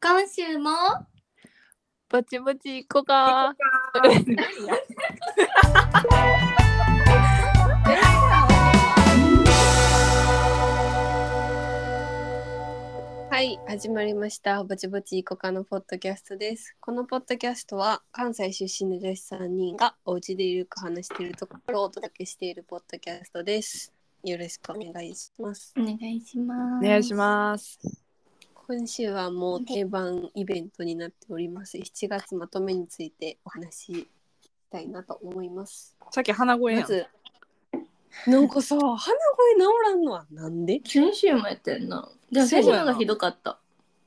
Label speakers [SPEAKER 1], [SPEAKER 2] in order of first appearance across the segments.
[SPEAKER 1] 今週も
[SPEAKER 2] ぼちぼち行こうか。
[SPEAKER 3] はい、始まりました。ぼちぼちいこかのポッドキャストです。このポッドキャストは関西出身の女子3人がお家でゆるく話しているところをお届けしているポッドキャストです。よろしくお願いします。
[SPEAKER 1] お願いしま
[SPEAKER 2] お
[SPEAKER 1] す。
[SPEAKER 2] 願いします。
[SPEAKER 3] 今週はもう定番イベントになっております。7月まとめについてお話ししたいなと思います。
[SPEAKER 2] さっき鼻声
[SPEAKER 3] ま
[SPEAKER 2] やん。
[SPEAKER 3] ず、なんかさ、鼻声治らんのはなんで
[SPEAKER 1] 先週もやってんな。でも
[SPEAKER 2] そう
[SPEAKER 1] 先週
[SPEAKER 2] やな
[SPEAKER 1] の方がひどかった。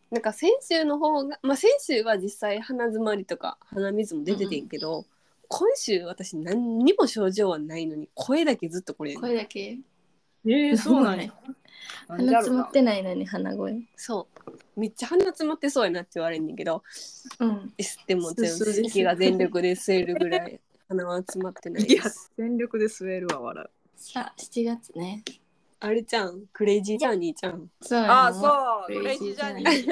[SPEAKER 3] なんか先週の方が、まあ、先週は実際鼻づまりとか鼻水も出ててんけど、今週私何にも症状はないのに声だけずっとこれやねん
[SPEAKER 1] これだけ。
[SPEAKER 2] えー、そうなんや。なんで
[SPEAKER 1] 鼻
[SPEAKER 2] や
[SPEAKER 1] つ
[SPEAKER 2] ろ
[SPEAKER 1] ま
[SPEAKER 2] な
[SPEAKER 1] ってないのに鼻声。
[SPEAKER 3] そうめっちゃ鼻詰まってそうやなって言われんねんけど
[SPEAKER 1] うん。
[SPEAKER 3] 吸っても全
[SPEAKER 2] す
[SPEAKER 3] 部
[SPEAKER 2] す
[SPEAKER 3] 息が全力で吸えるぐらい鼻は詰まってない
[SPEAKER 2] いや
[SPEAKER 3] です、
[SPEAKER 2] 全力で吸えるわ、笑う。
[SPEAKER 1] さあ、7月ね。
[SPEAKER 3] あれちゃんクレイジージャーニーちゃん
[SPEAKER 1] そうやな
[SPEAKER 2] ああ、そう。クレイジージャーニー来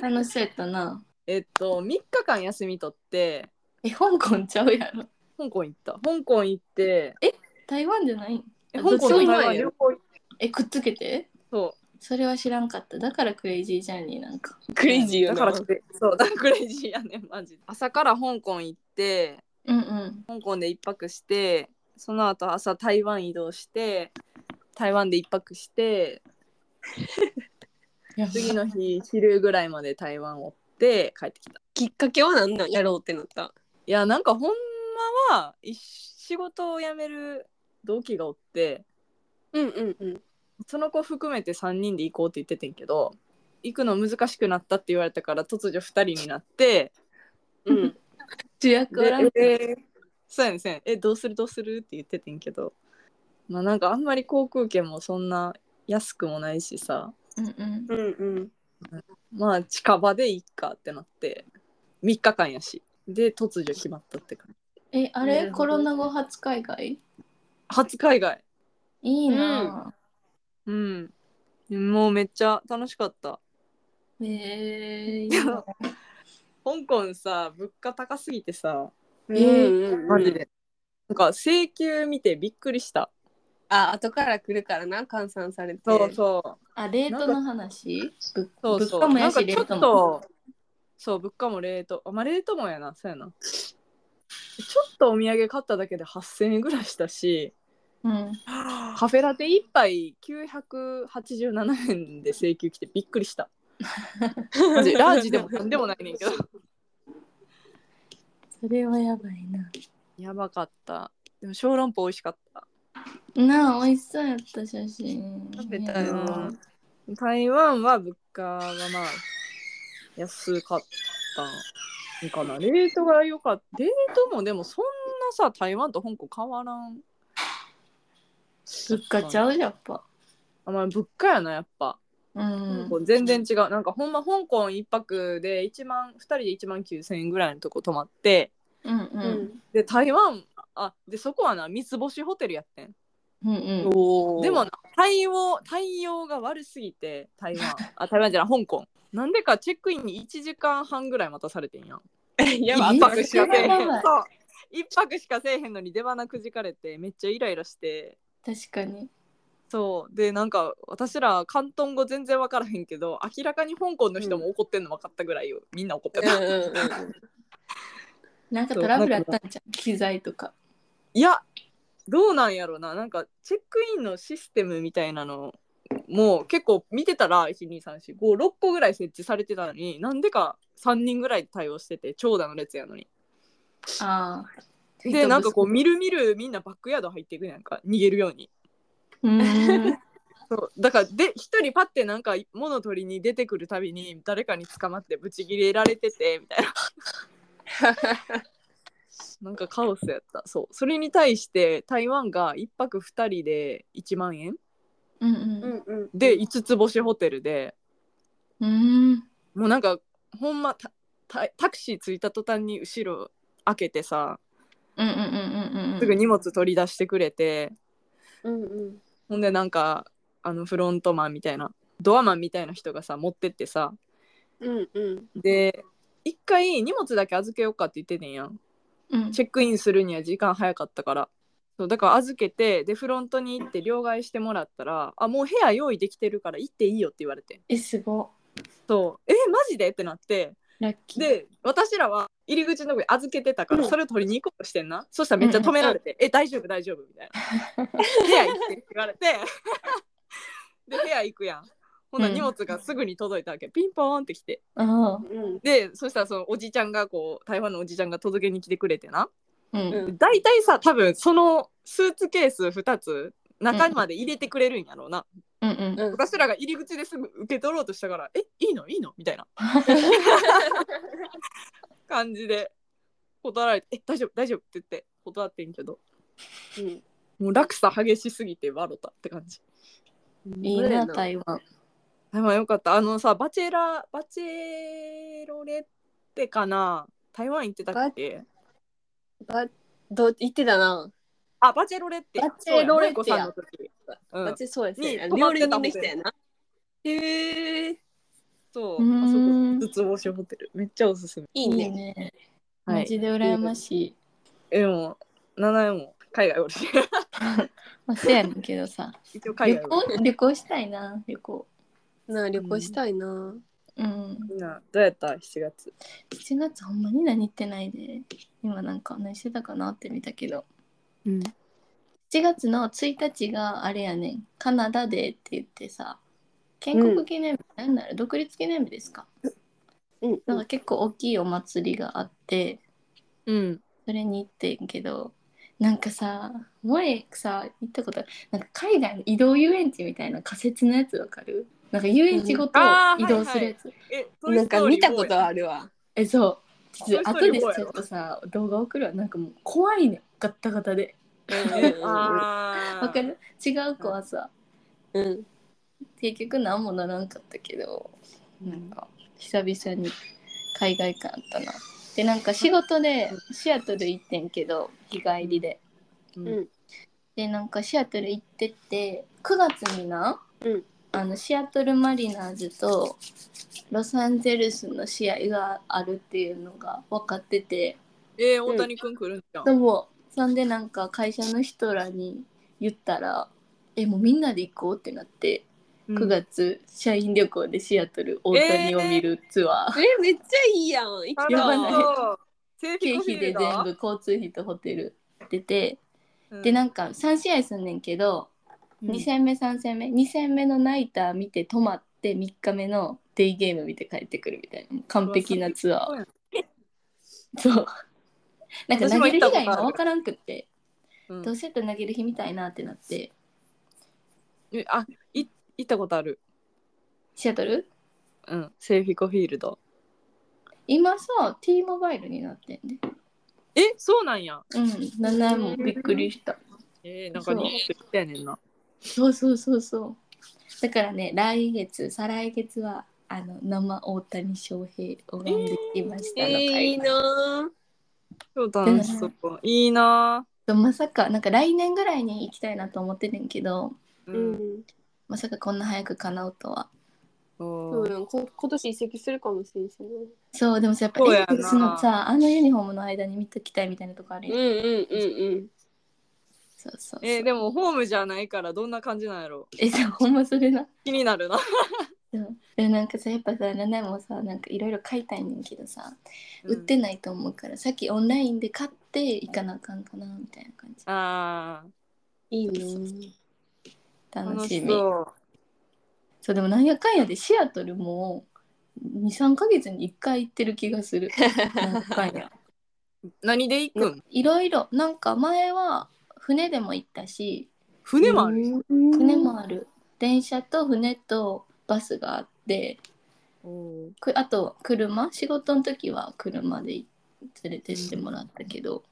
[SPEAKER 2] た。
[SPEAKER 1] 楽しそうやったな。
[SPEAKER 2] えっと、3日間休み取って、
[SPEAKER 1] え、香港ちゃうやろ。
[SPEAKER 2] 香港行った。香港行って、
[SPEAKER 1] 台湾じゃないん
[SPEAKER 2] え
[SPEAKER 1] あ
[SPEAKER 2] 香港
[SPEAKER 1] どっち
[SPEAKER 2] と
[SPEAKER 1] も
[SPEAKER 2] 台
[SPEAKER 1] 今
[SPEAKER 2] 湾
[SPEAKER 1] や
[SPEAKER 2] 旅行行っ
[SPEAKER 1] え、くっつけて
[SPEAKER 2] そ
[SPEAKER 1] それは知らんかった。だからクレイジージャーニーなんか。
[SPEAKER 3] ク
[SPEAKER 2] う。
[SPEAKER 3] レイジーよ
[SPEAKER 2] だ
[SPEAKER 3] な
[SPEAKER 2] からクレそう、だからクレイジーやねん、マジで。朝から香港行って、
[SPEAKER 1] うんうん。
[SPEAKER 2] 香港で一泊してその後朝台湾移動して台湾で一泊して
[SPEAKER 1] やば
[SPEAKER 2] 次の日昼ぐらいまで台湾を追って帰ってきた
[SPEAKER 3] きっかけは何なんやろうってなった
[SPEAKER 2] いやなんかほんまは一仕事を辞める同期がおって
[SPEAKER 3] うんうんうん
[SPEAKER 2] その子含めて3人で行こうって言っててんけど行くの難しくなったって言われたから突如2人になって
[SPEAKER 3] うん
[SPEAKER 1] 主役おらん
[SPEAKER 2] でえーそうやねんそうやねんえどうするどうするって言っててんけどまあなんかあんまり航空券もそんな安くもないしさ
[SPEAKER 1] うんうん。
[SPEAKER 3] うんうん
[SPEAKER 2] まあ近場でいいかってなって3日間やしで突如決まったって感じ
[SPEAKER 1] え、あ
[SPEAKER 3] な
[SPEAKER 1] れ
[SPEAKER 3] るほ
[SPEAKER 1] コロ
[SPEAKER 3] ど
[SPEAKER 1] ナ後初海外
[SPEAKER 2] 初海外
[SPEAKER 1] いいな
[SPEAKER 2] うんもうめっちゃ楽しかった
[SPEAKER 1] ぁ。えー、いいな
[SPEAKER 2] 香港さ物価高すぎてさ
[SPEAKER 3] うん
[SPEAKER 1] えー
[SPEAKER 3] うん
[SPEAKER 2] マジでなんか請求見てびっくりした
[SPEAKER 3] あ後から来るからな換算されて
[SPEAKER 2] そう
[SPEAKER 1] あ、レートの話ぶ
[SPEAKER 2] そう
[SPEAKER 1] 物
[SPEAKER 2] そう
[SPEAKER 1] 価も
[SPEAKER 2] な
[SPEAKER 1] や
[SPEAKER 2] んか
[SPEAKER 1] し、
[SPEAKER 2] ち
[SPEAKER 1] レ
[SPEAKER 2] ょ
[SPEAKER 1] ー
[SPEAKER 2] っ
[SPEAKER 1] トも。
[SPEAKER 2] とそう物価もレートあまあレートもやなそうやなちょっとお土産買っただけで8000円ぐらいしたし
[SPEAKER 1] うん。
[SPEAKER 2] カフェラテ一杯987円で請求来てびっくりした。マジラージでもなんでもないねん けど。
[SPEAKER 1] それはやばいな。
[SPEAKER 2] やばかった。でも小籠包美味しかった。
[SPEAKER 1] なあ、美味しそうやった写真。
[SPEAKER 2] 食べた
[SPEAKER 1] いい
[SPEAKER 2] よ
[SPEAKER 1] なぁ。
[SPEAKER 2] 台湾は物価がまあ安かったのかな。レートが良かった。レートもでもそんなさ台湾と香港変わらん。
[SPEAKER 1] 物価ちゃうやっぱ。
[SPEAKER 2] あまあ物価やなやっぱ。
[SPEAKER 1] うん。
[SPEAKER 2] もう全然違う。なんかほんま香港一泊で1万2人で1万9000円ぐらいのとこ泊まって。
[SPEAKER 1] うんう。
[SPEAKER 3] うんん
[SPEAKER 2] で台湾あでそこはな三つ星ホテルやってん
[SPEAKER 1] うんうん。
[SPEAKER 3] おー
[SPEAKER 2] でもな対応対応が悪すぎて台湾あ台湾じゃない香 港なんでかチェックインに1時間半ぐらい待たされてんやん
[SPEAKER 3] や
[SPEAKER 1] ば
[SPEAKER 3] ば
[SPEAKER 1] い
[SPEAKER 3] い
[SPEAKER 2] 一
[SPEAKER 3] 一
[SPEAKER 2] 泊
[SPEAKER 3] 泊
[SPEAKER 2] し
[SPEAKER 3] し
[SPEAKER 2] か
[SPEAKER 3] か
[SPEAKER 2] せ
[SPEAKER 3] せえ
[SPEAKER 2] えへ
[SPEAKER 1] やばい
[SPEAKER 3] へん。
[SPEAKER 2] んそう一泊しかせえへんのに出花くじかれてめっちゃイライラして
[SPEAKER 1] 確かに。
[SPEAKER 2] そうでなんか私ら広東語全然分からへんけど明らかに香港の人も怒ってんの分かったぐらいよ、みんな怒ってた、
[SPEAKER 1] なんかトラブルあったんじゃん。機材とか。
[SPEAKER 2] いやどうなんやろななんかチェックインのシステムみたいなのもう結構見てたら12345 6個ぐらい設置されてたのになんでか3人ぐらい対応してて長蛇の列やのに
[SPEAKER 1] ああ。
[SPEAKER 2] でなんかこう
[SPEAKER 1] う
[SPEAKER 2] みるみるみんなバックヤード入っていくやんか逃げるように
[SPEAKER 1] ーん。
[SPEAKER 2] そうだからで一人パッてなんか物取りに出てくるたびに誰かに捕まってブチギレられててみた いななんかカオスやったそうそれに対して台湾が1泊2人で1万円
[SPEAKER 1] うん
[SPEAKER 3] う
[SPEAKER 1] うん
[SPEAKER 3] んうん
[SPEAKER 2] で5つ星ホテルで。
[SPEAKER 1] うーん。
[SPEAKER 2] もうなんかほんまたたタクシー着いた途端に後ろ開けてさ
[SPEAKER 1] うんうんうんうんうん。
[SPEAKER 2] すぐ荷物取り出してくれて、
[SPEAKER 3] うんうん
[SPEAKER 2] ほんでなんかあのフロントマンみたいなドアマンみたいな人がさ持ってってさ
[SPEAKER 3] うんうん
[SPEAKER 2] で一回荷物だけ預けようかって言っててんやん
[SPEAKER 1] うん
[SPEAKER 2] チェックインするには時間早かったからそうだから預けてでフロントに行って両替してもらったら「あもう部屋用意できてるから行っていいよ」って言われて
[SPEAKER 1] えすご
[SPEAKER 2] そう「えマジで?」ってなって
[SPEAKER 1] ラッキー
[SPEAKER 2] で私らは入り口のとこに預けてたから
[SPEAKER 3] うん
[SPEAKER 2] それを取りに行こうとしてんな、そしたらめっちゃ止められて「え大丈夫大丈夫」みたいな「部屋行って」って言われてで部屋行くやんほな
[SPEAKER 1] うん
[SPEAKER 2] 荷物がすぐに届いたわけ、ピンポーンって来て
[SPEAKER 1] あ
[SPEAKER 3] うん
[SPEAKER 2] でそしたらそのおじちゃんがこう台湾のおじちゃんが届けに来てくれてな
[SPEAKER 1] あうん
[SPEAKER 3] うん
[SPEAKER 2] 大体さ多分そのスーツケース2つ中まで入れてくれるんやろうな、
[SPEAKER 1] うんうん
[SPEAKER 3] うん
[SPEAKER 2] 私らが入り口ですぐ受け取ろうとしたから「えいいのいいの?」みたいな感じで断られて「え大丈夫大丈夫」って言って断ってんけどもう落差激しすぎて笑ったって感じ。
[SPEAKER 3] うん
[SPEAKER 1] いいな台湾
[SPEAKER 2] でもよかったあのさバチェラバチェロレってかな台湾行ってたっけ
[SPEAKER 3] バど言ってたな
[SPEAKER 2] あバチェロレって
[SPEAKER 3] バチェロレッテや
[SPEAKER 2] そうや萌子さんの時うん
[SPEAKER 3] 私そうやね
[SPEAKER 2] に
[SPEAKER 3] 料理人できたやなへえ
[SPEAKER 2] そう
[SPEAKER 1] うーん
[SPEAKER 2] あそこ五つ星ホテルめっちゃおすすめ
[SPEAKER 3] い
[SPEAKER 1] い
[SPEAKER 3] いね
[SPEAKER 1] ね
[SPEAKER 2] は
[SPEAKER 1] マ
[SPEAKER 2] い
[SPEAKER 1] ジで羨ましい
[SPEAKER 2] でも七重も海外おるし
[SPEAKER 1] まあせやねんけどさ
[SPEAKER 2] 一応海
[SPEAKER 1] 旅
[SPEAKER 2] 外おる
[SPEAKER 1] 行旅行したいな旅行
[SPEAKER 3] なあ旅行したいな
[SPEAKER 1] うん
[SPEAKER 2] みんなどうやった7月
[SPEAKER 1] 7月ほんまに何言ってないで今なんか何してたかなって見たけど
[SPEAKER 2] うん
[SPEAKER 1] 7月の1日があれやねんカナダデーって言ってさ建国記念日、なんなら独立記念日ですか
[SPEAKER 3] うん
[SPEAKER 1] なんか結構大きいお祭りがあって
[SPEAKER 2] うん
[SPEAKER 1] それに行ってんけどなんかさ前さ行ったことあるなんか海外の移動遊園地みたいな仮設のやつわかるなんか遊園地ごと
[SPEAKER 2] うんあー
[SPEAKER 1] 移動するやつ、
[SPEAKER 2] え
[SPEAKER 3] なんか見たこと
[SPEAKER 2] あ
[SPEAKER 3] あるわ
[SPEAKER 1] えそうちょっと
[SPEAKER 2] そう
[SPEAKER 1] 後
[SPEAKER 2] いう
[SPEAKER 1] で
[SPEAKER 2] 人い
[SPEAKER 1] ちょ
[SPEAKER 2] る方やろ
[SPEAKER 1] っとさ動画送るわなんかもう怖いねんガッタガタで
[SPEAKER 3] う
[SPEAKER 2] あー
[SPEAKER 1] わかる違う子はさ
[SPEAKER 3] んうん
[SPEAKER 1] 結局何もならんかったけどなんか久々に海外感あったなでなんか仕事でシアトル行ってんけど日帰りで
[SPEAKER 2] うん
[SPEAKER 3] うん
[SPEAKER 1] でなんかシアトル行ってって9月にな、
[SPEAKER 3] うん
[SPEAKER 1] あのシアトルマリナーズとロサンゼルスの試合があるっていうのが分かってて
[SPEAKER 2] えー大谷くん来るんじゃん
[SPEAKER 1] でもそんでなんか会社の人らに言ったら「えもうみんなで行こう」ってなって
[SPEAKER 2] うん
[SPEAKER 1] 9月、社員旅行でシアトル大谷を見るツアー、
[SPEAKER 3] えめっちゃいいやん行き
[SPEAKER 2] あ
[SPEAKER 3] たい
[SPEAKER 1] やば
[SPEAKER 2] ら
[SPEAKER 1] ない
[SPEAKER 2] そう制
[SPEAKER 1] 経
[SPEAKER 2] 服
[SPEAKER 1] 費
[SPEAKER 2] フィ
[SPEAKER 1] で全
[SPEAKER 2] ルダ
[SPEAKER 1] 部
[SPEAKER 2] ー
[SPEAKER 1] 交通費とホテル出て、
[SPEAKER 2] うん
[SPEAKER 1] でなんか3試合すんねんけど、
[SPEAKER 2] うん
[SPEAKER 1] 2戦目3戦目2戦目のナイター見て泊まって3日目のデイゲーム見て帰ってくるみたいな完璧なツア
[SPEAKER 2] うわ
[SPEAKER 1] ーそうなんか
[SPEAKER 2] 私
[SPEAKER 1] 投げ
[SPEAKER 2] も行
[SPEAKER 1] る
[SPEAKER 2] っ
[SPEAKER 1] 日
[SPEAKER 2] た
[SPEAKER 1] が
[SPEAKER 2] ことある
[SPEAKER 1] 今分からんくって
[SPEAKER 2] うん
[SPEAKER 1] どうせやったら投げる日みたいなってなって
[SPEAKER 2] えあい行ったことある
[SPEAKER 1] シアトル
[SPEAKER 2] うんセーフィコフィールド
[SPEAKER 1] 今さ T モバイルになってんね
[SPEAKER 2] えそうなんや
[SPEAKER 1] うん7もびっくりした
[SPEAKER 2] えー、なんか日本と行ったやねんな
[SPEAKER 1] そうそうそうそう。だからね、来月、再来月は、あの、生大谷翔平を拝んできましたの
[SPEAKER 3] えーい
[SPEAKER 1] 会、
[SPEAKER 3] いな
[SPEAKER 2] 超楽しそういいな
[SPEAKER 1] とまさか、なんか来年ぐらいに行きたいなと思ってるんけど、
[SPEAKER 2] う
[SPEAKER 3] う、ん
[SPEAKER 1] まさかこんな早く叶うとは。
[SPEAKER 2] そ
[SPEAKER 3] そう
[SPEAKER 2] う
[SPEAKER 3] やんこ今年移籍するかもしれんしね
[SPEAKER 1] そう、でもさ、やっぱ
[SPEAKER 2] そうや
[SPEAKER 1] エ
[SPEAKER 2] な
[SPEAKER 1] ンゼルスのさ、あのユニフォームの間に見ときたいみたいなとこある
[SPEAKER 3] うん
[SPEAKER 1] やん。
[SPEAKER 3] うんうん
[SPEAKER 1] そうそうそう。
[SPEAKER 2] えーでもホームじゃないからどんな感じなんやろ
[SPEAKER 1] え、そうほんまそれな。
[SPEAKER 2] 気になるな
[SPEAKER 1] そうでもなんかさやっぱさ7もさなんかいろいろ買いたいねんけどさ、売ってないと思うからさっきオンラインで買って行かなあかんかなみたいな感じ
[SPEAKER 2] あ
[SPEAKER 3] いいな
[SPEAKER 2] ー
[SPEAKER 1] 楽
[SPEAKER 2] 楽
[SPEAKER 1] し
[SPEAKER 2] し
[SPEAKER 1] み
[SPEAKER 2] そう
[SPEAKER 1] そうでもなんやかんやでシアトルも23ヶ月に1回行ってる気がす るなんやかんや
[SPEAKER 2] 何で行くん
[SPEAKER 1] いろいろなんか前は船でも行ったし
[SPEAKER 2] 船もある
[SPEAKER 1] 船
[SPEAKER 3] 船
[SPEAKER 1] もある電車と船とバスがあってくあと車仕事の時は車で連れてってもらったけど、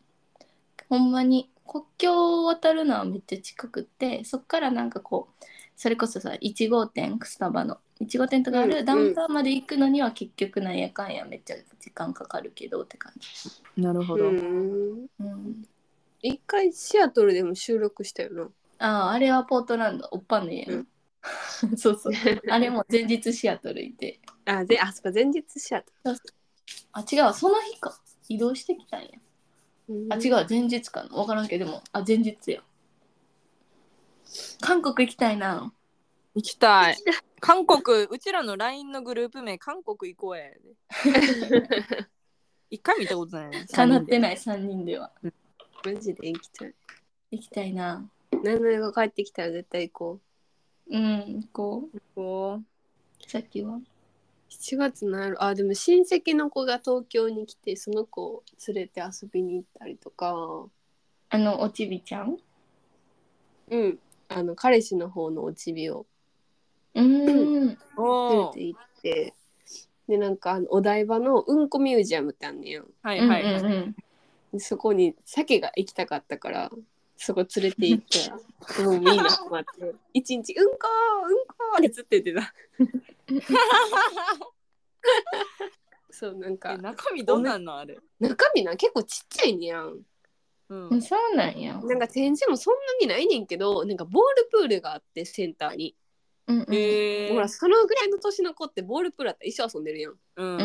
[SPEAKER 1] ほんまに国境を渡るのはめっちゃ近くってそっからなんかこうそれこそさ1号店スタバの1号店とかあ
[SPEAKER 3] うんう
[SPEAKER 1] る
[SPEAKER 3] ん
[SPEAKER 1] ダウンタウンまで行くのには結局なんやかんやめっちゃ時間かかるけどって感じ。
[SPEAKER 2] なるほど、
[SPEAKER 3] うん
[SPEAKER 1] うん、
[SPEAKER 3] 一回シアトルでも収録したよな
[SPEAKER 1] あああれはポートランドおっぱの家やん、
[SPEAKER 3] うん
[SPEAKER 1] そうそうあれも前日シアトルいて
[SPEAKER 3] あであそこ前日シアト
[SPEAKER 1] あ違うわその日か移動してきたんや
[SPEAKER 3] ル、
[SPEAKER 1] あ違
[SPEAKER 3] う
[SPEAKER 1] う前日かな分からんけどでもあ前日や韓国行きたいな
[SPEAKER 2] 行きたい。韓国、うちらの LINE のグループ名、韓国行こうやで。一回見たことない。
[SPEAKER 1] かなってない3人では
[SPEAKER 3] マジで行きたい
[SPEAKER 1] 行きたいな
[SPEAKER 3] 七重が帰ってきたら絶対行こ
[SPEAKER 1] うんこう
[SPEAKER 2] こう。
[SPEAKER 1] さっきは
[SPEAKER 3] う7月の夜あでも親戚の子が東京に来てその子を連れて遊びに行ったりとか
[SPEAKER 1] あのおちびちゃん
[SPEAKER 3] うんあの彼氏の方のおちびを
[SPEAKER 1] うん
[SPEAKER 2] お
[SPEAKER 3] 連れ
[SPEAKER 2] お
[SPEAKER 3] て。行ってでなんかあのお台場のうんこミュージアムってあんねやん
[SPEAKER 2] は
[SPEAKER 1] う
[SPEAKER 2] い
[SPEAKER 1] んうん
[SPEAKER 2] はい。はい
[SPEAKER 1] うん
[SPEAKER 3] でそこに鮭が行きたかったからそこ連れて行った らもうみんな待って一日「うんこーうんこー」ってずっと言ってたそうなん
[SPEAKER 2] え
[SPEAKER 3] か
[SPEAKER 2] 中身どんなんのあれ。
[SPEAKER 3] 中身な結構ちっちゃいねやん
[SPEAKER 2] う
[SPEAKER 1] うん
[SPEAKER 2] ん。
[SPEAKER 1] そうなんや
[SPEAKER 3] なんか展示もそんなにないねんけどなんかボールプールがあってセンターに、
[SPEAKER 1] うんうん
[SPEAKER 2] えー。
[SPEAKER 3] ほらそのぐらいの年の子ってボールプールあったら一緒遊んでるやん
[SPEAKER 2] う
[SPEAKER 1] うんうん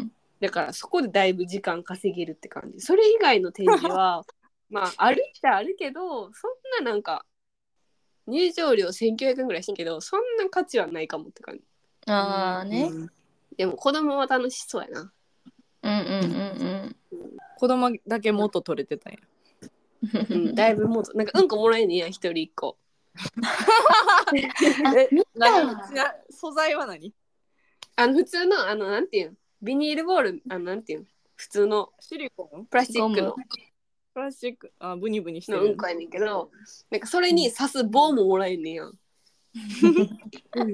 [SPEAKER 2] ん。
[SPEAKER 3] だからそこでだいぶ時間稼げるって感じそれ以外の展 示はまあ歩いてあるけどそんななんか入場料1900円ぐらいしたけどそんな価値はないかもって感じ
[SPEAKER 1] うんああね
[SPEAKER 2] うん。
[SPEAKER 3] でも子供は楽しそうやな
[SPEAKER 1] うんうんうん
[SPEAKER 2] 子供だけ元取れてたんや。
[SPEAKER 1] う
[SPEAKER 3] うん んだいぶもうなんかうんこもらえんねや一人一個
[SPEAKER 2] え、
[SPEAKER 1] た
[SPEAKER 2] なな素材は何
[SPEAKER 3] あの普通のあのなんていうんビニールボールあのなんていうん普通の
[SPEAKER 2] シリコン
[SPEAKER 3] プラスチックの
[SPEAKER 1] ゴム
[SPEAKER 2] プラスチック、あ、ブニブニして
[SPEAKER 3] のうん
[SPEAKER 2] る。
[SPEAKER 3] こやねんけどなんかそれに刺す棒ももらえんね やん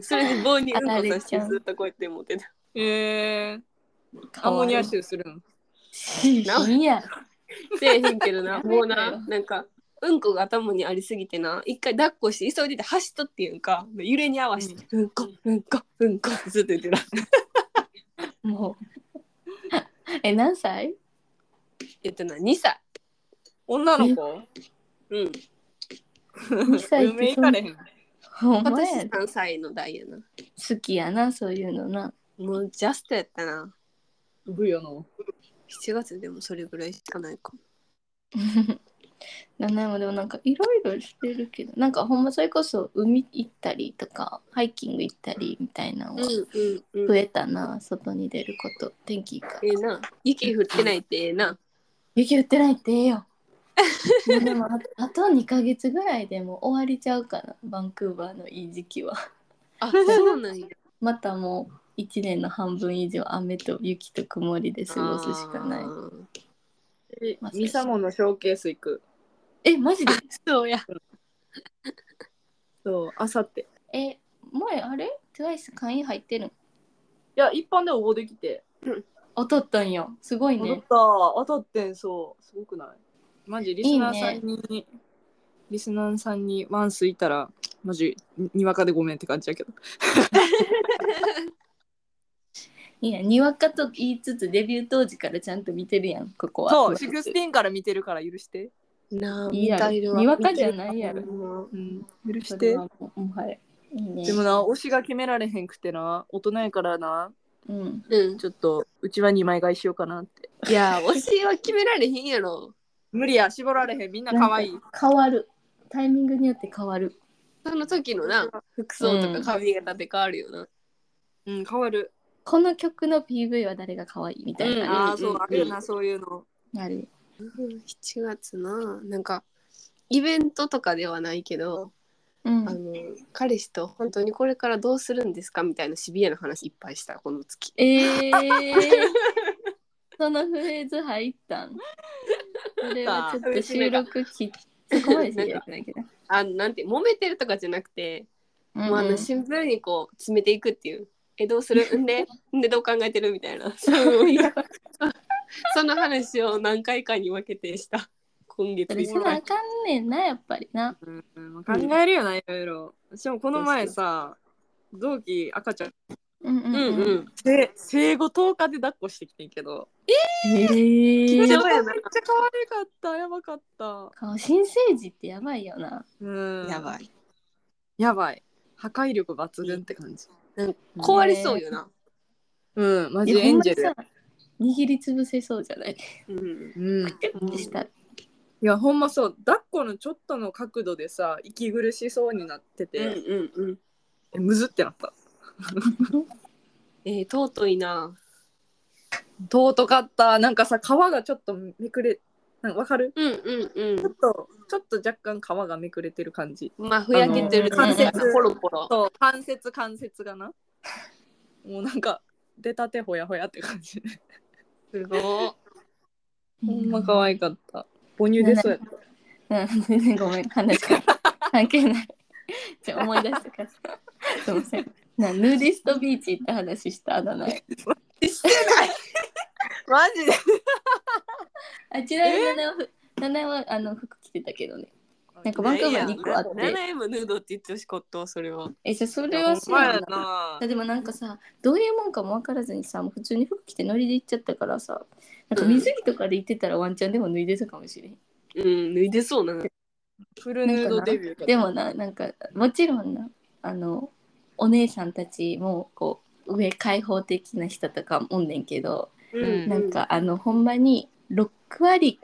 [SPEAKER 3] それに棒にうんこ刺してずっとこうやって持ってた
[SPEAKER 2] えー、
[SPEAKER 1] か
[SPEAKER 2] アンモ
[SPEAKER 1] わいい
[SPEAKER 2] ニア臭するん。
[SPEAKER 1] しいや
[SPEAKER 3] せえへんけどな もうななんかうんこが頭にありすぎてな一回抱っこして急いでて走っとっていうんか揺れに合わせて「うんこうんこうんこ」ってずっと言ってた
[SPEAKER 1] もう え何歳
[SPEAKER 3] えっとな2歳
[SPEAKER 2] 女の子
[SPEAKER 3] うん
[SPEAKER 1] 2歳っ
[SPEAKER 2] 梅
[SPEAKER 1] て
[SPEAKER 2] いかれへん。
[SPEAKER 1] ほん
[SPEAKER 3] 今
[SPEAKER 1] ま
[SPEAKER 3] 年
[SPEAKER 1] や
[SPEAKER 3] 3歳の代やな
[SPEAKER 1] 好きやなそういうのな
[SPEAKER 3] もうジャストやったな
[SPEAKER 2] ブヨの。
[SPEAKER 3] 7月でもそれぐらいしかないかも
[SPEAKER 1] 名前もでもなんかいろいろしてるけどなんかほんまそれこそ海行ったりとかハイキング行ったりみたいなの
[SPEAKER 3] う
[SPEAKER 1] が
[SPEAKER 3] んうん
[SPEAKER 1] 増えたな、外に出ること天気いいから
[SPEAKER 3] ええな雪降ってないってええな
[SPEAKER 1] 雪降ってないってええ よもうでもああと2ヶ月ぐらいでもう終わりちゃうかなバンクーバーのいい時期は
[SPEAKER 3] あそうなんや
[SPEAKER 1] またもう1年の半分以上雨と雪と曇りで過ごすしかない
[SPEAKER 3] あー
[SPEAKER 1] まあ
[SPEAKER 2] ミサモンのショーケース行く。
[SPEAKER 1] えマジで
[SPEAKER 3] そうや
[SPEAKER 2] そう、あさって。
[SPEAKER 1] え前あれ TWICE 会員入ってるん
[SPEAKER 2] いや、一般で応募できて。
[SPEAKER 1] 当たったんやすごい
[SPEAKER 2] 当たっ
[SPEAKER 1] ね
[SPEAKER 2] た、当たってん、そう。すごくないマジ、リスナーさんに、リスナーさんにマンスいたら、マジ、ににわかでごめんって感じやけど。
[SPEAKER 1] いやにわかと言いつつデビュー当時からちゃんと見てるやんここは
[SPEAKER 2] そう、シクスティーンから見てるから許して。
[SPEAKER 3] なあ
[SPEAKER 1] いい
[SPEAKER 3] 見
[SPEAKER 1] やろ
[SPEAKER 3] たいるわ
[SPEAKER 1] にわかじゃないやろ
[SPEAKER 3] ろ
[SPEAKER 2] うん、許し
[SPEAKER 1] そ
[SPEAKER 2] て
[SPEAKER 1] れ。はもうもはやいいね
[SPEAKER 2] でもな、推しが決められへんくてな、大人やからな、
[SPEAKER 1] うん
[SPEAKER 3] うん
[SPEAKER 2] ちょっと、うちは2枚買いしようかなって。
[SPEAKER 3] いや推しは決められへんやろ
[SPEAKER 2] 無理や、絞られへん、みんな可愛い
[SPEAKER 1] なんか変わるタイミングによって変わる
[SPEAKER 3] その時のな服装とか髪型で変わるよな、
[SPEAKER 2] うん、変わる。
[SPEAKER 1] この曲の PV は誰が可愛いみたい
[SPEAKER 3] うん
[SPEAKER 1] な、
[SPEAKER 2] ああ、そう、
[SPEAKER 3] うん
[SPEAKER 2] あるよな、そういうの。
[SPEAKER 1] なる
[SPEAKER 3] 7月ななんかイベントとかではないけど、
[SPEAKER 1] うん
[SPEAKER 3] あの彼氏と本当にこれからどうするんですかみたいなシビアな話いっぱいしたこの月
[SPEAKER 1] ええ そのフレーズ入ったん。それはちょっと収録切って、そこまでしなきゃいけない
[SPEAKER 3] あのなんて揉めてるとかじゃなくて、
[SPEAKER 1] けど。
[SPEAKER 3] もうあのシンプルにこう詰めていくっていうえどうす るんでんでどう考えてるみたいな そうその話を何回かに分けてした今月
[SPEAKER 1] それしなあかんねんな、やっぱりな。
[SPEAKER 2] うんうん、考えるよな、いろいろ。しかも、この前さ、同期赤ちゃん、
[SPEAKER 1] うんう
[SPEAKER 3] うんんう、
[SPEAKER 1] うんん。
[SPEAKER 2] 生生後10日で抱っこしてきてんけど、
[SPEAKER 1] ええ
[SPEAKER 2] めっちゃ
[SPEAKER 3] ー
[SPEAKER 2] 可愛かった、やばかった。
[SPEAKER 1] 新生児ってやばいよな。
[SPEAKER 2] うん、
[SPEAKER 3] やばい
[SPEAKER 2] やばい。破壊力抜群って感じ。
[SPEAKER 3] なんか壊れそうよな。
[SPEAKER 2] うん、マ
[SPEAKER 1] い
[SPEAKER 2] ジ
[SPEAKER 1] や
[SPEAKER 2] エ
[SPEAKER 1] ほん
[SPEAKER 2] ン
[SPEAKER 1] ま
[SPEAKER 2] ジ
[SPEAKER 1] に
[SPEAKER 2] ェル
[SPEAKER 1] さ。握りつぶせそうじゃない
[SPEAKER 3] うん。
[SPEAKER 2] うん。
[SPEAKER 3] うん
[SPEAKER 1] でした
[SPEAKER 2] いや、ほんまそう、抱っこのちょっとの角度でさ、息苦しそうになって
[SPEAKER 3] うん
[SPEAKER 2] て、
[SPEAKER 3] うんうん。
[SPEAKER 2] えむずってなった。
[SPEAKER 3] えー、尊いな。
[SPEAKER 2] 尊かった。なんかさ、皮がちょっとめくれ、なんかわかる
[SPEAKER 3] うんうん
[SPEAKER 2] ちょっと、ちょっと若干皮がめくれてる感じ。
[SPEAKER 3] うん。まあ、ふやけてる
[SPEAKER 1] あの
[SPEAKER 3] 関節
[SPEAKER 2] 関節
[SPEAKER 3] ポロポロ。
[SPEAKER 2] そう、関節関節がな。もうなんか、出たてほやほやって感じ。
[SPEAKER 3] すご
[SPEAKER 2] ほんま可愛かった。母乳出そうやった。
[SPEAKER 1] うん全然ごめん話 が関係ないじゃ思い出したからすいませんなヌーディストビーチ行った話したあだ名
[SPEAKER 3] い。してない。マジで。
[SPEAKER 1] あちなみに名前はふ名前はあの服着てたけどねなんかバンクーバーに一個あって
[SPEAKER 3] 7M ヌードって言ってほしかった、それは。
[SPEAKER 1] えじゃあそ
[SPEAKER 2] い
[SPEAKER 1] れ
[SPEAKER 2] や
[SPEAKER 1] は
[SPEAKER 2] ほ
[SPEAKER 1] そ
[SPEAKER 2] ん
[SPEAKER 1] う
[SPEAKER 2] ま
[SPEAKER 1] な
[SPEAKER 2] や
[SPEAKER 1] んだ
[SPEAKER 2] ない
[SPEAKER 1] やでもなんかさどういうもんかも分からずにさもう普通に服着てノリで行っちゃったからさなんか水着とかで行ってたらワンチャンでも脱いでたかもしれん
[SPEAKER 3] うん、脱いでそうな。
[SPEAKER 2] フルヌードデビューか
[SPEAKER 1] でもななんかもちろんなあのお姉さんたちもこう上開放的な人とかもおんねんけど、
[SPEAKER 3] うん
[SPEAKER 1] なん。かあのほんまに6割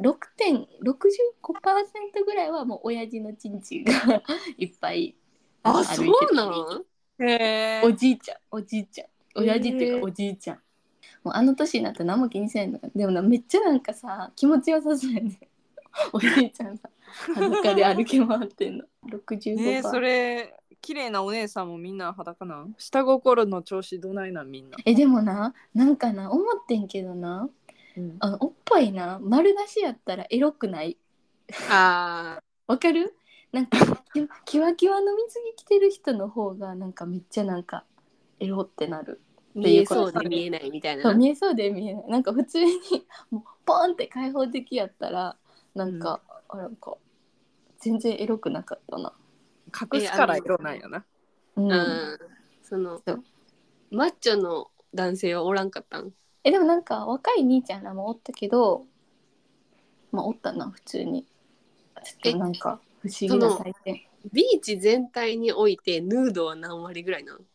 [SPEAKER 1] 6.65%ぐらいはもう親父のチンチンが いっぱいの歩
[SPEAKER 3] あ、
[SPEAKER 1] いて
[SPEAKER 3] そ
[SPEAKER 1] る
[SPEAKER 3] うなん。
[SPEAKER 2] へ
[SPEAKER 1] お
[SPEAKER 2] ー
[SPEAKER 1] じいちゃんおじいちゃん親父っていう
[SPEAKER 3] へー
[SPEAKER 1] かおじいちゃん、もうあの年になったら何も気にせんのかでもなめっちゃなんかさ気持ちよさそうやねおじいちゃん さ裸で歩き回ってんの65%、
[SPEAKER 2] ねえそれ綺麗なお姉さんもみんな裸なん下心の調子どないなんみんな、
[SPEAKER 1] えでもななんかな思ってんけどなあのおっぱいな丸出しやったらエロくない
[SPEAKER 3] あ
[SPEAKER 1] わかるなんかキキワキワの水着着てる人の方がなんかめっちゃなんかエロってなる
[SPEAKER 3] ー見えそうで見えないみたい
[SPEAKER 1] そう
[SPEAKER 3] な。
[SPEAKER 1] 見えそうで見えないなんか普通にもうポンって開放的やったらなんか、あなんか全然エロくなかったな
[SPEAKER 2] 隠すから色なんやな
[SPEAKER 1] うん、
[SPEAKER 3] うん。その
[SPEAKER 1] そう。
[SPEAKER 3] マッチョの男性はおらんかったん。
[SPEAKER 1] えでもなんか若い兄ちゃんらもおったけどまあおったな普通にちょっとなんか不思議な
[SPEAKER 3] その
[SPEAKER 1] 体験
[SPEAKER 3] ビーチ全体においてヌードは何割ぐらいなん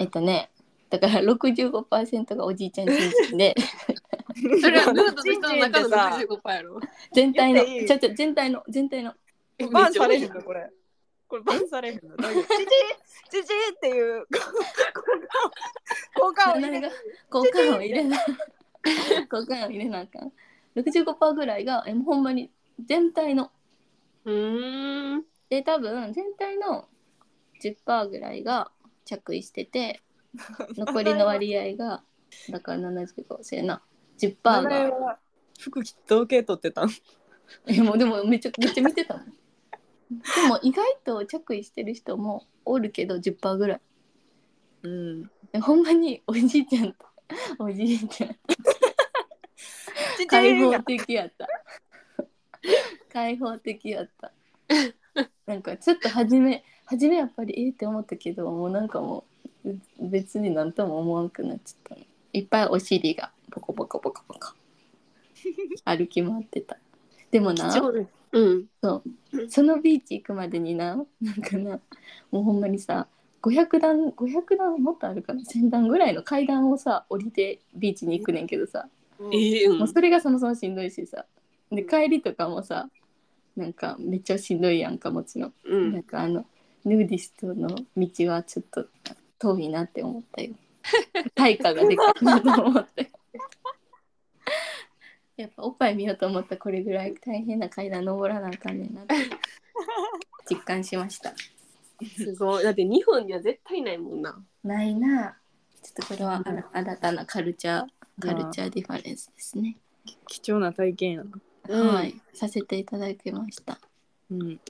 [SPEAKER 1] えっとねだから65%がおじいちゃん親戚 で
[SPEAKER 3] それはヌードの
[SPEAKER 2] チン
[SPEAKER 3] 人の
[SPEAKER 2] チンって
[SPEAKER 3] 中の
[SPEAKER 2] さ
[SPEAKER 3] 65%やろ。
[SPEAKER 1] 全体の
[SPEAKER 2] 言っていい
[SPEAKER 1] ちゃちゃ全体の全体の
[SPEAKER 2] バンされへんのこれこれバンされへんの大丈夫チチチチっていう効果を入
[SPEAKER 1] 何
[SPEAKER 2] れ
[SPEAKER 1] が交換を入れな 交換を入れなあかん65%ぐらいがえもうほんまに全体の
[SPEAKER 3] うーん。
[SPEAKER 1] で多分全体の10%ぐらいが着衣して て残りの割合がだから75せやな10%
[SPEAKER 2] 名
[SPEAKER 1] が
[SPEAKER 2] 前は服着統計取ってたん
[SPEAKER 1] えもうでもめっちゃめっちゃ見てたもんでも意外と着衣してる人もおるけど10%ぐらい
[SPEAKER 2] うん
[SPEAKER 1] えほんまにおじいちゃんと おじいちゃん
[SPEAKER 2] チチ
[SPEAKER 1] 開
[SPEAKER 2] ー
[SPEAKER 1] 放
[SPEAKER 2] が
[SPEAKER 1] 的やった 開放的やったなんかちょっと初め初めやっぱりええって思ったけどもうなんかもうう別になんとも思わんくなっちゃったねいっぱいお尻がポコポコポコポコ歩き回ってたでもな
[SPEAKER 3] うん。
[SPEAKER 1] そのビーチ行くまでにな、なんかな、もうほんまにさ、500段、500段もっとあるかな、1000段ぐらいの階段をさ、降りてビーチに行くねんけどさ、
[SPEAKER 3] ええう
[SPEAKER 1] もうんそれがそもそもしんどいしさ、で、帰りとかもさ、なんかめっちゃしんどいやんか、もちろん。
[SPEAKER 3] う。
[SPEAKER 1] なんんかあの、ヌーディストの道はちょっと遠いなって思ったよ。対価がでかいなと思って。やっぱおっぱい見ようと思ったらこれぐらい大変な階段登らなあかんねんなって実感しました。
[SPEAKER 3] すごい。だって日本には絶対ないもんな。
[SPEAKER 1] ないなあちょっとこれはあら新たなカルチャー、カルチャーディファレンスですね。
[SPEAKER 2] 貴重な体験やな
[SPEAKER 3] うん
[SPEAKER 1] はい。させていただきました。
[SPEAKER 2] うん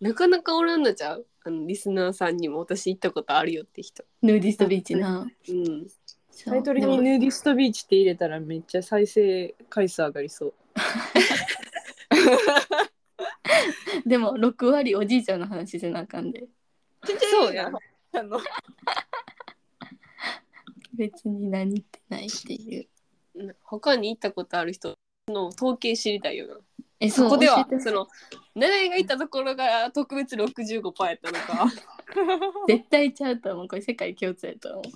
[SPEAKER 3] なかなかおらんのちゃうあのリスナーさんにも私行ったことあるよって人。
[SPEAKER 1] ヌーディストビーチな。
[SPEAKER 3] うん。
[SPEAKER 1] そう
[SPEAKER 2] タイトル
[SPEAKER 1] で
[SPEAKER 2] に
[SPEAKER 1] も
[SPEAKER 2] ヌーディストビーチって入れたらめっちゃ再生回数上がりそう
[SPEAKER 1] でも6割おじいちゃんの話せなあかんで。
[SPEAKER 3] そうやん。
[SPEAKER 2] あの
[SPEAKER 1] 別に何ってないっていう。
[SPEAKER 3] うん他に行ったことある人の統計知りたいよな。
[SPEAKER 1] え、
[SPEAKER 3] そこでは
[SPEAKER 1] 教えて
[SPEAKER 3] その奈良井がいたところが特別65%やったのか
[SPEAKER 1] 絶対ちゃうと思うこれ世界共通やと思う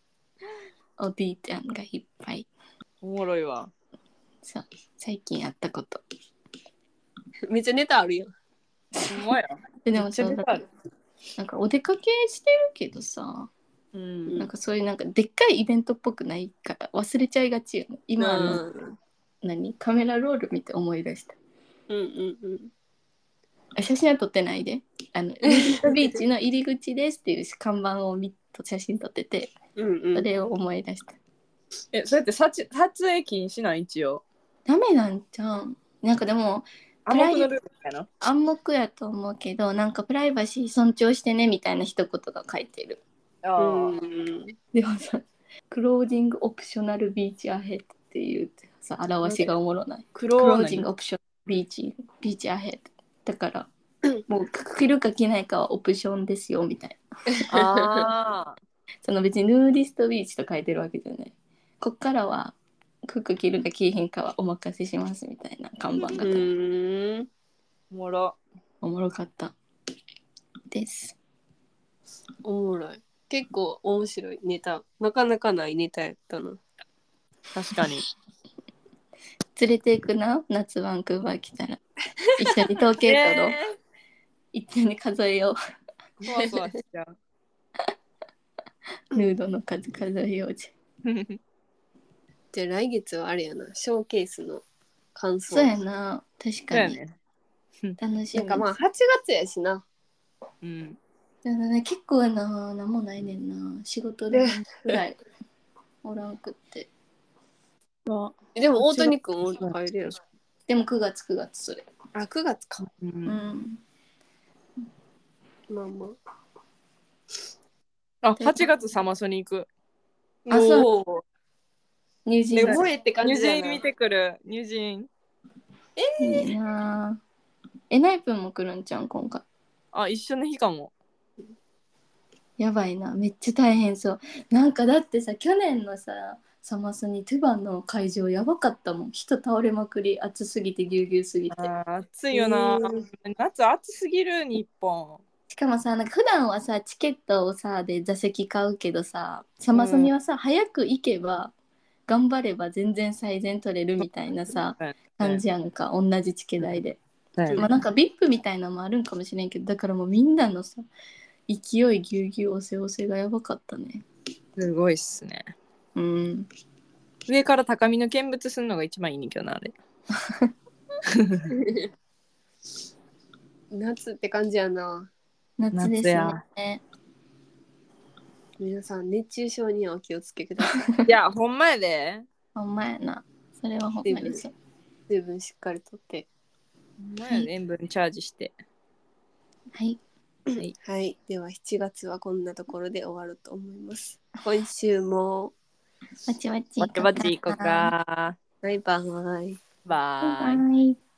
[SPEAKER 1] おじいちゃんがいっぱい
[SPEAKER 2] おもろいわ。
[SPEAKER 1] そう最近やったこと
[SPEAKER 3] めっちゃネタあるやん。
[SPEAKER 2] ほんまや。
[SPEAKER 1] ででも
[SPEAKER 2] めっちゃ
[SPEAKER 1] そう
[SPEAKER 2] ネタある
[SPEAKER 1] なんかお出かけしてるけどさ
[SPEAKER 2] うん
[SPEAKER 1] なんかそういうなんかでっかいイベントっぽくないから忘れちゃいがちよね今あの、
[SPEAKER 3] うん
[SPEAKER 1] 何カメラロール見て思い出した
[SPEAKER 3] うんうん
[SPEAKER 1] あ写真は撮ってないであのリゾートビーチの入り口ですっていう看板を見と写真撮ってて
[SPEAKER 3] うんうんう
[SPEAKER 1] そ
[SPEAKER 3] ん。
[SPEAKER 1] れを思い出した、
[SPEAKER 2] え、そうやって撮撮影禁止なん一応。
[SPEAKER 1] ダメなんじゃんなんかでも
[SPEAKER 2] 暗黙のルールみたいな。
[SPEAKER 1] 暗黙やと思うけどなんかプライバシー尊重してねみたいな一言が書いてる
[SPEAKER 2] あ
[SPEAKER 3] うん
[SPEAKER 2] ー
[SPEAKER 1] でもさクロージングオプショナルビーチアヘッドっていうさ表しがおもろない
[SPEAKER 2] ク
[SPEAKER 1] ク
[SPEAKER 2] ロ
[SPEAKER 1] ロー
[SPEAKER 2] ー
[SPEAKER 1] ジ
[SPEAKER 2] ジ
[SPEAKER 1] ン
[SPEAKER 2] ン
[SPEAKER 1] グ
[SPEAKER 2] グ。
[SPEAKER 1] オプションビーチビーチアヘッドだからもう着るか着ないかはオプションですよみたいな
[SPEAKER 2] ああ。
[SPEAKER 1] その別にヌーディストビーチと書いてるわけじゃないこっからは服着るか着へんかはお任せしますみたいな看板が
[SPEAKER 3] うーん。
[SPEAKER 2] おもろ。
[SPEAKER 1] おもろかったです
[SPEAKER 3] おもろい。結構面白いネタ。なかなかないネタやったな。
[SPEAKER 2] 確かに。
[SPEAKER 1] 連れていくな夏バンクーバー来たら一緒に統計取ろう、一緒に数えよ
[SPEAKER 2] えーそわそわしちゃう。
[SPEAKER 1] うヌードの数数えようじゃ
[SPEAKER 3] じゃあ来月はあれやな、ショーケースの感想。
[SPEAKER 1] そうやな確
[SPEAKER 2] そう
[SPEAKER 1] か
[SPEAKER 2] や
[SPEAKER 1] に、
[SPEAKER 2] ね。
[SPEAKER 1] 楽し
[SPEAKER 3] な
[SPEAKER 1] み
[SPEAKER 3] んかまあ8月やしな。
[SPEAKER 2] うん。
[SPEAKER 1] でもね結構な何もないねんな仕事でぐらいおらんくって
[SPEAKER 3] でも大谷君お入るやろ。
[SPEAKER 1] でも9月9月それ
[SPEAKER 3] あ、9月か。
[SPEAKER 2] う。
[SPEAKER 1] うんん
[SPEAKER 3] まあま
[SPEAKER 2] あ、8月サマソに行く。
[SPEAKER 3] あ。
[SPEAKER 1] あそう
[SPEAKER 3] う。
[SPEAKER 1] ニュージー
[SPEAKER 3] ね、
[SPEAKER 1] ラン
[SPEAKER 3] 萌えって感
[SPEAKER 2] ニュー
[SPEAKER 3] じ
[SPEAKER 2] ジ
[SPEAKER 3] だ
[SPEAKER 2] ーン
[SPEAKER 3] な
[SPEAKER 2] 見。てくる。ニュージーン。
[SPEAKER 1] ドいいなえナイプンも来るんちゃうん今回
[SPEAKER 2] あ、一緒の日かも。
[SPEAKER 1] やばいなめっちゃ大変そうなんかだってさ去年のさサマスにトゥバンの会場やばかったもん人倒れまくり暑すぎてぎゅうぎゅうすぎて
[SPEAKER 2] あー暑いよな
[SPEAKER 3] う。ん
[SPEAKER 2] 夏暑すぎる、日本。
[SPEAKER 1] しかもさなんか普段はさチケットをさで座席買うけどさサマソニはさ、早く行けば頑張れば全然最善取れるみたいなさ
[SPEAKER 2] そうやね
[SPEAKER 1] 感じやんか同じチケ代で、
[SPEAKER 3] うん
[SPEAKER 1] まあ、なんか VIP みたいなのもあるんかもしれんけどだからもうみんなのさ勢いぎゅうぎゅうおせおせがやばかったね
[SPEAKER 2] すごいっすね。
[SPEAKER 1] うん
[SPEAKER 2] 上から高みの見物するのが一番いいねんけどな、あれ。
[SPEAKER 3] 夏って感じやな。
[SPEAKER 1] 夏です
[SPEAKER 2] 夏
[SPEAKER 1] ね
[SPEAKER 3] 皆さん、熱中症にはお気をつけください。
[SPEAKER 2] いや、ほんまやで。
[SPEAKER 1] ほんまやなそれはほんまにそう
[SPEAKER 3] 水分しっかりとって。
[SPEAKER 2] ほんまやね塩分チャージして。
[SPEAKER 1] はい
[SPEAKER 2] はい。
[SPEAKER 3] はい。では7月はこんなところで終わると思います。今週も
[SPEAKER 1] バチバチ
[SPEAKER 2] バチバチ行こうか。
[SPEAKER 3] バイバイ。
[SPEAKER 2] バイ
[SPEAKER 1] バイバイ